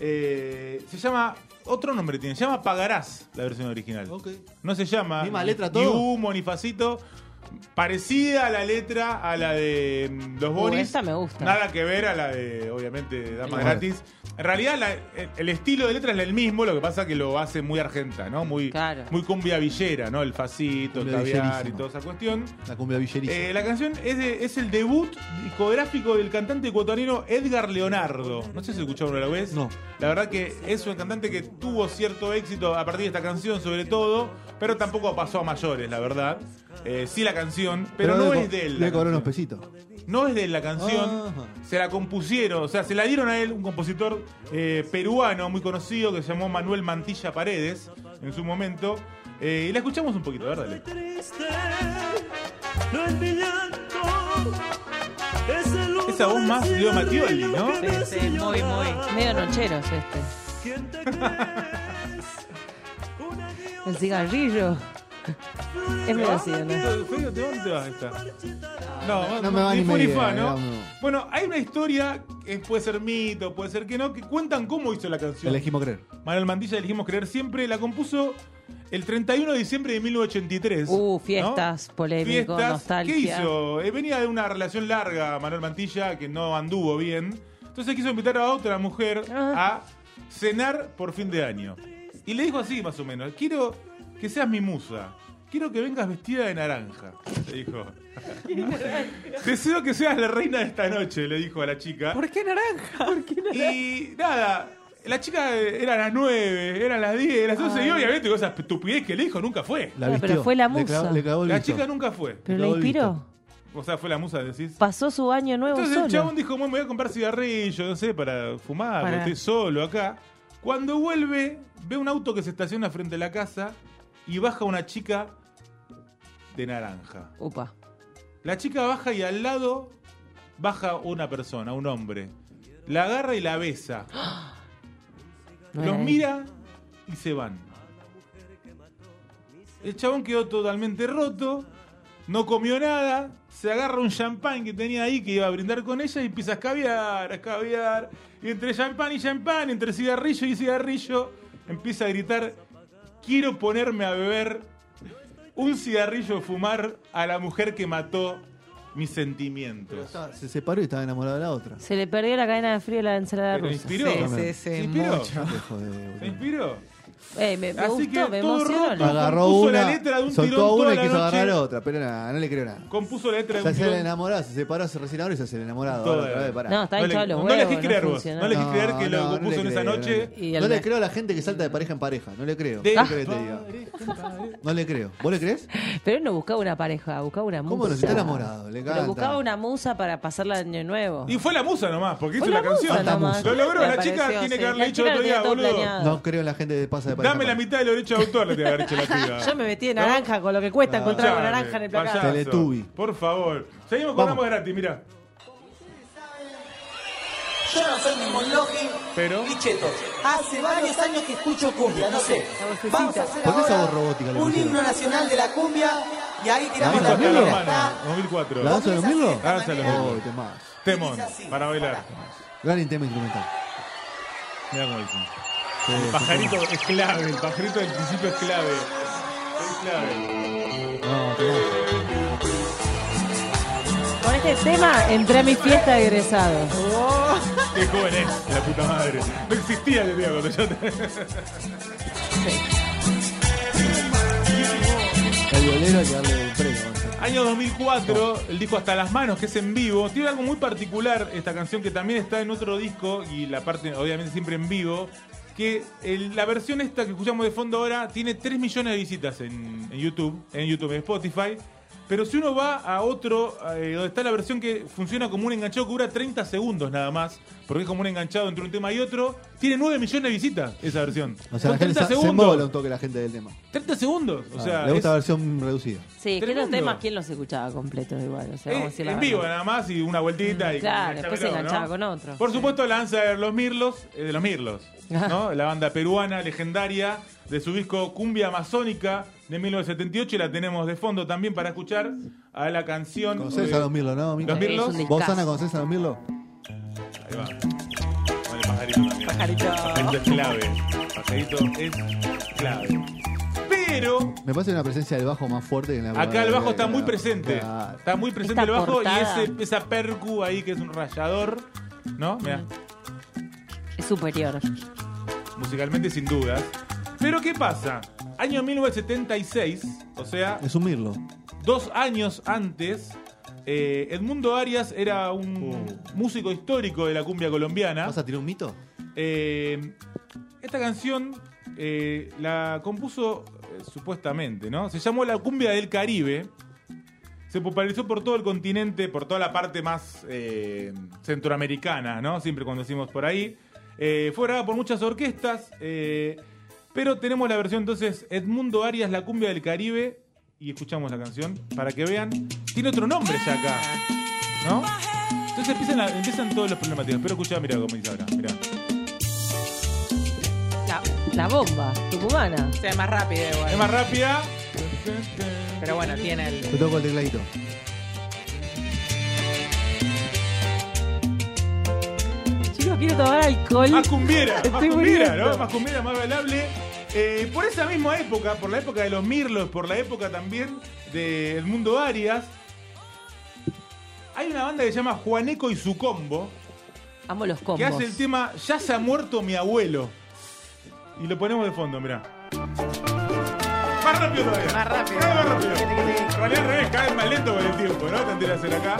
Speaker 3: Eh, se llama. Otro nombre tiene, se llama Pagarás la versión original.
Speaker 1: Ok.
Speaker 3: No se llama.
Speaker 1: Misma letra,
Speaker 3: ni
Speaker 1: todo.
Speaker 3: humo, ni facito. Parecida a la letra, a la de mm, los
Speaker 2: Uh,
Speaker 3: Boris.
Speaker 2: esta me gusta.
Speaker 3: Nada que ver a la de, obviamente, Dama
Speaker 1: Claro.
Speaker 3: Gratis. En realidad, la- el- el estilo de letra es el mismo, lo que pasa que lo hace muy argenta, ¿no? Muy,
Speaker 2: Claro.
Speaker 3: muy cumbia villera, ¿no? El facito, el
Speaker 1: Cumbia
Speaker 3: caviar y
Speaker 1: villerísima.
Speaker 3: toda esa cuestión.
Speaker 1: La cumbia villeriza.
Speaker 3: Eh, la canción es, de- es el debut discográfico del cantante ecuatoriano Edgar Leonardo. No sé si escucharon una vez.
Speaker 1: No.
Speaker 3: La verdad que es un cantante que tuvo cierto éxito a partir de esta canción, sobre todo, pero tampoco pasó a mayores, la verdad. Eh, sí la canción, pero, no
Speaker 1: le
Speaker 3: es
Speaker 1: co-
Speaker 3: de él. la
Speaker 1: Le cobró Ah. unos
Speaker 3: canción.
Speaker 1: pesitos.
Speaker 3: No es de él la canción,
Speaker 1: Ajá.
Speaker 3: se la compusieron, o sea, se la dieron a él un compositor eh, peruano muy conocido que se llamó Manuel Mantilla Paredes en su momento. Eh, y la escuchamos un poquito, a ver, dale. Es aún más Leo Mattioli, ¿no?
Speaker 4: Sí, sí, muy, muy.
Speaker 2: Medio nocheros este. El cigarrillo. Es medio así, ¿no?
Speaker 3: Fede, ¿de dónde vas esta? No,
Speaker 1: no me va ni
Speaker 3: fu
Speaker 1: media,
Speaker 3: fa, ¿no?
Speaker 1: digamos.
Speaker 3: Bueno, hay una historia, que puede ser mito, puede ser que no, que cuentan cómo hizo la canción.
Speaker 1: Elegimos creer.
Speaker 3: Manuel Mantilla, elegimos creer siempre, la compuso el 31 de diciembre de 1983.
Speaker 2: Uh,
Speaker 3: ¿no?
Speaker 2: fiestas, polémico, nostalgia.
Speaker 3: ¿Qué hizo? Eh, venía de una relación larga Manuel Mantilla que no anduvo bien. Entonces quiso invitar a otra mujer
Speaker 2: Ah.
Speaker 3: a cenar por fin de año. Y le dijo así, más o menos: Quiero que seas mi musa. Quiero que vengas vestida de naranja. Le dijo. *laughs* Deseo que seas la reina de esta noche, le dijo a la chica.
Speaker 4: ¿Por qué naranja?
Speaker 3: Y nada, la chica era a las 9, era a las 10, a las 11 y obviamente con esa estupidez que le dijo nunca fue.
Speaker 1: La
Speaker 2: Claro,
Speaker 1: vistió.
Speaker 2: pero fue la
Speaker 1: Le clavó-
Speaker 2: musa.
Speaker 1: le clavó el
Speaker 3: La
Speaker 1: visto.
Speaker 3: chica nunca fue.
Speaker 2: Pero
Speaker 1: Lo
Speaker 2: le
Speaker 1: he
Speaker 2: inspiró.
Speaker 1: visto.
Speaker 3: O sea, fue la musa, decís.
Speaker 2: Pasó su año nuevo
Speaker 3: Entonces el
Speaker 2: solo.
Speaker 3: chabón dijo, "Bueno, me voy a comprar cigarrillo, no sé, para fumar,
Speaker 4: Para-
Speaker 3: porque estoy solo acá. Cuando vuelve, ve un auto que se estaciona frente a la casa y baja una chica de naranja.
Speaker 2: Upa.
Speaker 3: La chica baja y al lado baja una persona, un hombre. La agarra y la besa.
Speaker 2: No
Speaker 3: Los
Speaker 2: era él.
Speaker 3: mira y se van. El chabón quedó totalmente roto. no comió nada, se agarra un champán que tenía ahí que iba a brindar con ella y empieza a escabiar, a escabiar. Y entre champán y champán, entre cigarrillo y cigarrillo, empieza a gritar, quiero ponerme a beber un cigarrillo de fumar a la mujer que mató mis sentimientos.
Speaker 1: Estaba- Se separó y estaba enamorada de la otra.
Speaker 2: Se le perdió la cadena de frío de la ensalada
Speaker 3: ¿Pero
Speaker 2: rusa.
Speaker 3: inspiró?
Speaker 4: Sí, sí, sí,
Speaker 3: ¿Se inspiró?
Speaker 4: mucho.
Speaker 1: Dejo de- boludo.
Speaker 3: ¿Se inspiró?
Speaker 2: Ey, Eh, me, me
Speaker 3: Así
Speaker 2: gustó,
Speaker 3: que
Speaker 2: me
Speaker 3: todo roto.
Speaker 2: emocionó.
Speaker 1: Agarró
Speaker 3: Compuso
Speaker 1: una,
Speaker 3: la letra de un
Speaker 1: soltó
Speaker 3: tirón
Speaker 1: a
Speaker 3: toda
Speaker 1: una y
Speaker 3: la
Speaker 1: quiso
Speaker 3: noche.
Speaker 1: agarrar a otra, pero nada, no le creo nada.
Speaker 3: Compuso la letra de
Speaker 1: Ya
Speaker 3: un
Speaker 1: se le
Speaker 3: tirón.
Speaker 1: enamoró, se separó, se recién ahora y se hace el enamorado.
Speaker 3: Todo
Speaker 1: ahora otra
Speaker 3: era.
Speaker 1: vez, pará.
Speaker 2: No, Ah, está
Speaker 3: No
Speaker 2: hinchado
Speaker 3: le-
Speaker 2: los
Speaker 3: no
Speaker 2: huevos.
Speaker 3: le dejé creer vos,
Speaker 2: funcionó.
Speaker 3: no le- dejé creer que lo
Speaker 1: no
Speaker 3: compuso
Speaker 1: le
Speaker 3: en esa
Speaker 1: creo,
Speaker 3: noche.
Speaker 1: No,
Speaker 2: Y
Speaker 1: le,
Speaker 2: al
Speaker 1: no le
Speaker 2: mes.
Speaker 1: creo a la gente que salta de pareja en pareja, no le creo.
Speaker 3: De-
Speaker 1: ¿Qué querés que te diga? No le creo. ¿Vos le crees?
Speaker 2: Pero él no buscaba una pareja, buscaba una musa.
Speaker 1: ¿Cómo no? Si está enamorado, le
Speaker 2: Pero
Speaker 1: canta.
Speaker 2: buscaba una musa para pasarla de año nuevo.
Speaker 3: Y fue la musa nomás, porque hizo
Speaker 2: Fue
Speaker 3: la,
Speaker 2: la musa
Speaker 3: canción.
Speaker 1: nomás.
Speaker 3: Lo logró,
Speaker 4: Me
Speaker 3: la chica
Speaker 4: pareció,
Speaker 3: tiene
Speaker 4: sí.
Speaker 3: que haberle
Speaker 2: La
Speaker 3: dicho
Speaker 2: chica
Speaker 3: el otro
Speaker 2: lo
Speaker 3: día,
Speaker 2: tenía todo
Speaker 3: boludo.
Speaker 2: planeado.
Speaker 1: No creo en la gente que pasa de pareja.
Speaker 3: Dame la
Speaker 1: en pareja.
Speaker 3: mitad de los derechos de autor, le tiene que haber dicho la
Speaker 2: *laughs*
Speaker 3: piba.
Speaker 2: Yo me metí de naranja con lo que cuesta encontrar una
Speaker 3: Escuchame,
Speaker 2: naranja en el placar.
Speaker 3: payaso.
Speaker 1: Teletubby.
Speaker 3: Por favor. Seguimos con
Speaker 1: Vamos.
Speaker 3: Ramos gratis, mirá.
Speaker 5: Yo no soy ningún logi
Speaker 3: Pero-
Speaker 5: ni cheto. Hace varios años que escucho cumbia, no sé. Vamos a hacer
Speaker 1: ¿Por qué esa
Speaker 5: ahora
Speaker 1: voz robótica le
Speaker 5: un
Speaker 1: pusieron?
Speaker 5: himno nacional de la cumbia y ahí tiramos
Speaker 1: ¿La
Speaker 5: la
Speaker 3: Hasta
Speaker 1: Danilo?
Speaker 3: la
Speaker 5: cumbia.
Speaker 3: hermana,
Speaker 5: Está-
Speaker 3: 2004.
Speaker 1: ¿La danza de los mirlos?
Speaker 3: La danza de los
Speaker 1: Oh,
Speaker 3: mirlos.
Speaker 1: temazo.
Speaker 3: Temón, para bailar.
Speaker 1: Gran tema instrumental.
Speaker 3: Mirá cómo dicen.
Speaker 1: Sí,
Speaker 3: El
Speaker 1: sí,
Speaker 3: pajarito es clave, el pajarito del principio es clave. Es clave.
Speaker 1: sí. No, temazo.
Speaker 2: Con este tema entré a mi fiesta de egresados.
Speaker 3: Qué joven es, la puta madre. No existía el día cuando yo te...
Speaker 1: El violero hay que darle el premio. ¿no?
Speaker 3: *laughs* Año 2004, el disco Hasta las Manos, que es en vivo. Tiene algo muy particular esta canción que también está en otro disco y la parte, obviamente, siempre en vivo. Que el- la versión esta que escuchamos de fondo ahora tiene 3 millones de visitas en, en YouTube, en YouTube, en Spotify. Pero si uno va a otro, eh, donde está la versión que funciona como un enganchado que dura 30 segundos nada más, porque es como un enganchado entre un tema y otro, tiene 9 millones de visitas esa versión.
Speaker 1: O sea,
Speaker 3: Son
Speaker 1: la gente se,
Speaker 3: 30
Speaker 1: se embola un
Speaker 3: segundos.
Speaker 1: toque la gente del tema.
Speaker 3: 30 segundos. O
Speaker 1: Ah,
Speaker 3: sea,
Speaker 1: le gusta
Speaker 3: es-
Speaker 1: la versión reducida.
Speaker 2: Sí, es que los
Speaker 3: Tremendo.
Speaker 2: temas, ¿quién los escuchaba completos igual? O sea, vamos a
Speaker 3: Eh,
Speaker 2: decir la
Speaker 3: en
Speaker 2: verdad.
Speaker 3: vivo nada más y una vueltita y
Speaker 2: Claro, después se
Speaker 3: enganchámelo,
Speaker 2: enganchaba con otro.
Speaker 3: Por supuesto la danza de los Mirlos, eh, de los Mirlos,
Speaker 2: *laughs*
Speaker 3: ¿no? La banda peruana legendaria de su disco Cumbia Amazónica de 1978 y la tenemos de fondo también para escuchar a la canción
Speaker 1: ¿Conocés
Speaker 3: eh,
Speaker 1: a los Mirlos, no? Mico?
Speaker 3: ¿Los Mirlos?
Speaker 2: Es un
Speaker 1: ¿Vos,
Speaker 2: discazo.
Speaker 1: Ana, conocés a los Mirlos?
Speaker 3: Ahí va. Bueno, el pajarito también. Pajarito
Speaker 4: Pajarito.
Speaker 3: es clave. Pajarito es clave. Pero
Speaker 1: Me parece una presencia del bajo más fuerte que en la
Speaker 3: Acá el bajo está muy presente.
Speaker 1: Claro.
Speaker 3: Está muy presente
Speaker 2: Esta
Speaker 3: el bajo
Speaker 2: portada.
Speaker 3: y ese, esa percu ahí que es un rayador. ¿No? Mirá,
Speaker 2: Es superior.
Speaker 3: musicalmente sin dudas. Pero ¿qué pasa? Año 1976, o sea,
Speaker 1: Es un Mirlo.
Speaker 3: dos años antes, eh, Edmundo Arias era un músico histórico de la cumbia colombiana.
Speaker 1: ¿Vas a tirar un mito?
Speaker 3: Eh, esta canción eh, la compuso eh, supuestamente, ¿no? Se llamó La Cumbia del Caribe. Se popularizó por todo el continente, por toda la parte más eh, centroamericana, ¿no? Siempre cuando decimos por ahí. Eh, fue grabada por muchas orquestas, eh, pero tenemos la versión entonces Edmundo Arias, La Cumbia del Caribe, y escuchamos la canción para que vean. Tiene otro nombre ya acá, ¿no? Entonces empiezan, la- empiezan todos los problemáticos. Pero escuchá, mirá cómo dice ahora, mirá.
Speaker 2: La, la bomba, tucumana.
Speaker 4: O sea, más rápido igual.
Speaker 3: Es más rápida.
Speaker 4: Pero bueno, tiene el...
Speaker 1: Te toco el tecladito.
Speaker 2: Chicos, quiero tomar alcohol.
Speaker 3: Más cumbiera, más
Speaker 2: Estoy
Speaker 3: cumbiera,
Speaker 2: muriendo.
Speaker 3: ¿no? Más cumbiera, más bailable. Eh, por esa misma época, por la época de los Mirlos, por la época también del mundo Arias, hay una banda que se llama Juaneco y su combo,
Speaker 2: Amo los
Speaker 3: que
Speaker 2: combos.
Speaker 3: hace el tema Ya se ha muerto mi abuelo. Y lo ponemos de fondo, mirá. Más rápido todavía.
Speaker 4: Más rápido.
Speaker 3: Cada vez Más rápido. En realidad, al revés, cada vez más lento con el tiempo, ¿no? Tendré que hacer acá.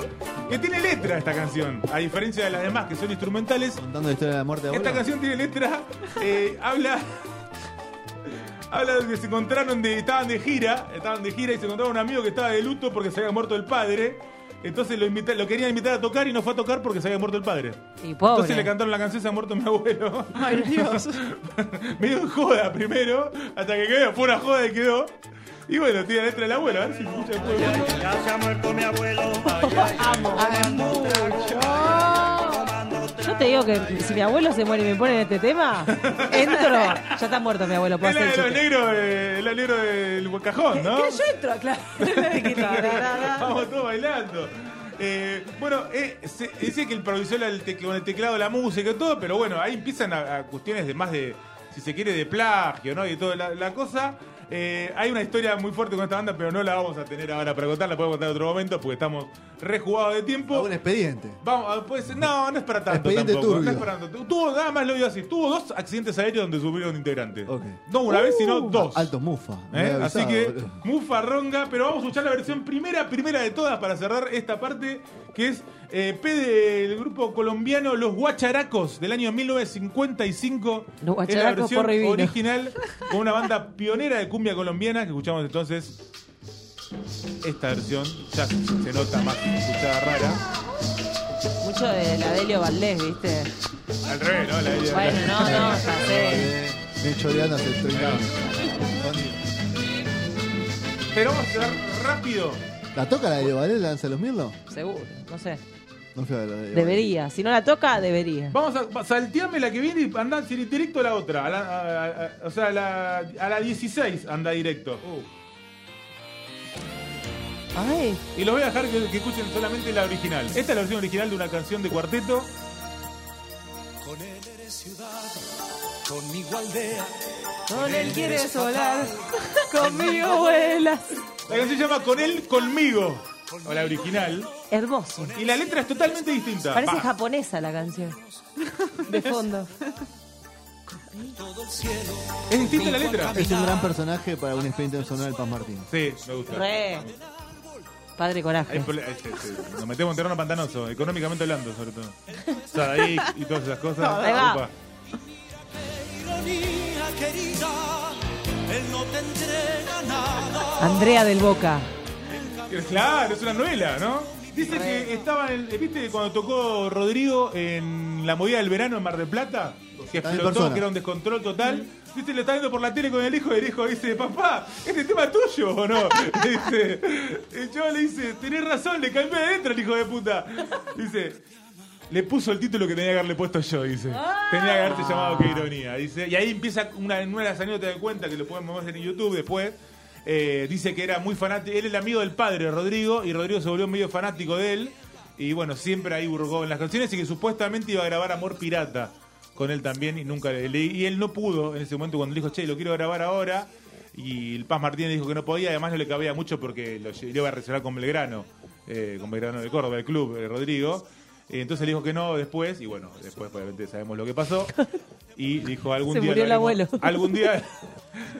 Speaker 3: Que tiene letra esta canción, a diferencia de las demás que son instrumentales.
Speaker 1: Contando la historia de la muerte de
Speaker 3: Esta
Speaker 1: abuelo.
Speaker 3: canción tiene letra, eh, habla. Habla de que se encontraron de. Estaban de gira, estaban de gira y se encontraron un amigo que estaba de luto porque se había muerto el padre. Entonces lo, invita- lo querían invitar a tocar y no fue a tocar porque se había muerto el padre.
Speaker 2: Y pobre.
Speaker 3: Entonces le cantaron la canción Se ha muerto mi abuelo. Ay, Dios. *laughs* Medio en joda primero, hasta que quedó, fue una joda y quedó. Y bueno, tiene la letra del abuelo, a ver si escucha el pueblo.
Speaker 6: Ya se ha muerto mi abuelo. Ay, ay, ay.
Speaker 4: Amo.
Speaker 2: Yo te digo que si mi abuelo se muere y me ponen este
Speaker 3: *laughs*
Speaker 2: tema, entro. Ya está muerto mi abuelo, puedo
Speaker 3: Es la
Speaker 2: hacer el
Speaker 3: de los
Speaker 2: chiste.
Speaker 3: negros, eh, la negro del cajón, ¿no?
Speaker 2: Que yo entro, claro. *laughs*
Speaker 3: Vamos todos bailando. Eh, bueno, eh, se- dice que improvisó la- el tec- con el teclado la música y todo, pero bueno, ahí empiezan a, a cuestiones de más de, si se quiere, de plagio, ¿no? Y toda la, la cosa. Eh, hay una historia muy fuerte con esta banda, pero no la vamos a tener ahora para contar, la podemos contar en otro momento porque estamos rejugados de tiempo.
Speaker 1: Un expediente.
Speaker 3: Vamos, ah, puede ser- no, no es para tanto
Speaker 1: Expediente
Speaker 3: tampoco. No
Speaker 1: turbio.
Speaker 3: es para tanto. Tuvo, nada más lo digo así, tuvo dos accidentes aéreos donde subieron integrantes.
Speaker 1: Ok. Uh,
Speaker 3: No una vez, sino dos.
Speaker 1: Alto mufa. me
Speaker 3: ¿Eh?
Speaker 1: había
Speaker 3: Así
Speaker 1: avisado,
Speaker 3: que,
Speaker 1: boludo.
Speaker 3: mufarronga, pero vamos a escuchar la versión primera, primera de todas para cerrar esta parte, que es eh, P del grupo colombiano Los Guacharacos del año 1955.
Speaker 2: Los
Speaker 3: es la
Speaker 2: Guacharacos,
Speaker 3: versión
Speaker 2: porro y vino.
Speaker 3: original con una banda pionera de cumbia colombiana que escuchamos entonces. Esta versión ya se nota más escuchada rara.
Speaker 2: Mucho de la Delio Valdés, ¿viste?
Speaker 3: Al revés, ¿no? La idea-
Speaker 2: Bueno, no, no, ya sé.
Speaker 1: Eh, Me choreando hace 30 años.
Speaker 3: Pero vamos a cerrar rápido.
Speaker 1: ¿La toca la de Valera, la danza de los Mirlos?
Speaker 2: Seguro, no sé.
Speaker 1: No fui a ver la de
Speaker 2: Debería. Si no la toca, debería.
Speaker 3: Vamos a va- salteame la que viene y andá si- directo a la otra. A la, a- a- a- o sea, a la, a la 16 anda directo.
Speaker 2: Ay,
Speaker 3: Y los voy a dejar que, que escuchen solamente la original. Esta es la versión original de una canción de cuarteto.
Speaker 5: Con él eres ciudad, conmigo aldea.
Speaker 2: con él quieres volar, conmigo vuelas.
Speaker 3: La canción se llama Con él, conmigo. O la original.
Speaker 2: Hermoso.
Speaker 3: Y la letra es totalmente distinta.
Speaker 2: Parece
Speaker 3: Va.
Speaker 2: japonesa la canción. De fondo.
Speaker 3: Es distinta la letra.
Speaker 1: Es un gran personaje para un expediente personal Paz Martín.
Speaker 3: Sí, me gusta.
Speaker 2: Re. Padre
Speaker 3: Hay
Speaker 2: Coraje.
Speaker 3: prole- eh, sí, sí. Nos metemos en terreno pantanoso, económicamente hablando, sobre todo. Sadaik y todas esas cosas.
Speaker 2: ahí va.
Speaker 3: Opa.
Speaker 5: Ironía querida, él no te entrega nada.
Speaker 2: Andrea del Boca.
Speaker 3: Claro, es una novela, ¿no? Dice que estaba, en, eh, ¿viste cuando tocó Rodrigo en la movida del verano en Mar del Plata? Que
Speaker 1: Está en
Speaker 3: explotó,
Speaker 1: persona.
Speaker 3: que era un descontrol total. Dice, lo está viendo por la tele con el hijo y el hijo dice, papá, ¿este tema es tuyo o no? *laughs* dice, el chaval le dice, tenés razón, le cambié adentro el hijo de puta. Dice, le puso el título que tenía que haberle puesto yo, dice. Tenía que haberse llamado Qué Ironía, dice. Y ahí empieza una nueva anécdotas de cuenta que lo podemos ver en YouTube después. Eh, dice que era muy fanático, él es el amigo del padre Rodrigo y Rodrigo se volvió medio fanático de él. Y bueno, siempre ahí burgó en las canciones y que supuestamente iba a grabar Amor Pirata con él también y nunca le, le- Y él no pudo en ese momento cuando le dijo, che, lo quiero grabar ahora. Y el Paz Martínez dijo que no podía, además no le cabía mucho porque lo, lle- lo iba a relacionar con Belgrano, eh, con Belgrano de Córdoba, el club, eh, Rodrigo. Eh, Entonces le dijo que no después, y bueno, después obviamente sabemos lo que pasó. Y dijo algún
Speaker 2: Se
Speaker 3: día.
Speaker 2: murió
Speaker 3: lo
Speaker 2: el
Speaker 3: haremos".
Speaker 2: abuelo.
Speaker 3: *laughs* Algún día.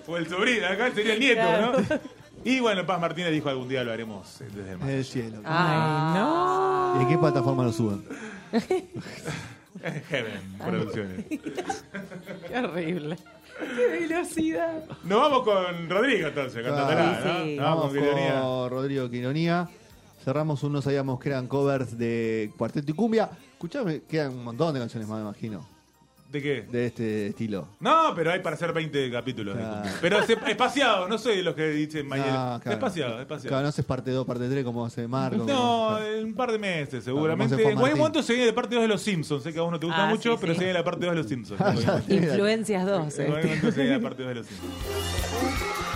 Speaker 3: O el sobrino, acá sería el nieto,
Speaker 2: Claro.
Speaker 3: ¿no? Y bueno, Paz Martínez dijo algún día lo haremos eh, desde
Speaker 2: *laughs*
Speaker 3: el mar.
Speaker 1: El cielo.
Speaker 2: Ah, Ay, no.
Speaker 1: ¿Y en qué plataforma lo suben?
Speaker 3: *laughs*
Speaker 2: *laughs*
Speaker 3: Heaven Producciones.
Speaker 4: Qué horrible.
Speaker 2: Qué velocidad.
Speaker 3: Nos vamos con Rodrigo entonces, con
Speaker 1: Claro.
Speaker 3: Tatalá,
Speaker 2: Sí,
Speaker 3: ¿no?
Speaker 2: sí.
Speaker 3: Nos vamos
Speaker 1: Vamos
Speaker 3: con Queronía.
Speaker 1: con Rodrigo Quironía. Cerramos unos, sabíamos que eran covers de Cuarteto y Cumbia. Escuchame, quedan un montón de canciones más, me imagino,
Speaker 3: ¿De qué?
Speaker 1: de este estilo.
Speaker 3: No, pero hay para hacer 20 capítulos. de
Speaker 1: Claro.
Speaker 3: cumbia. Pero se- espaciado, no soy de los que dicen Mayel.
Speaker 1: Ah, claro.
Speaker 3: Espaciado, espaciado.
Speaker 1: Claro, no haces parte 2, parte 3 como hace Marco.
Speaker 3: No,
Speaker 1: *laughs*
Speaker 3: eh, en un par de meses seguramente.
Speaker 1: Claro, como se fue
Speaker 3: en cualquier
Speaker 1: Martín.
Speaker 3: momento se viene la parte 2 de los Simpsons. Sé que a vos no te gusta
Speaker 2: Ah,
Speaker 3: mucho,
Speaker 2: sí,
Speaker 3: pero
Speaker 2: sí.
Speaker 1: *laughs*
Speaker 3: se viene la parte 2 de los Simpsons. En cualquier momento.
Speaker 2: Influencias eh. 12.
Speaker 3: En cualquier momento se viene la parte 2 de los Simpsons.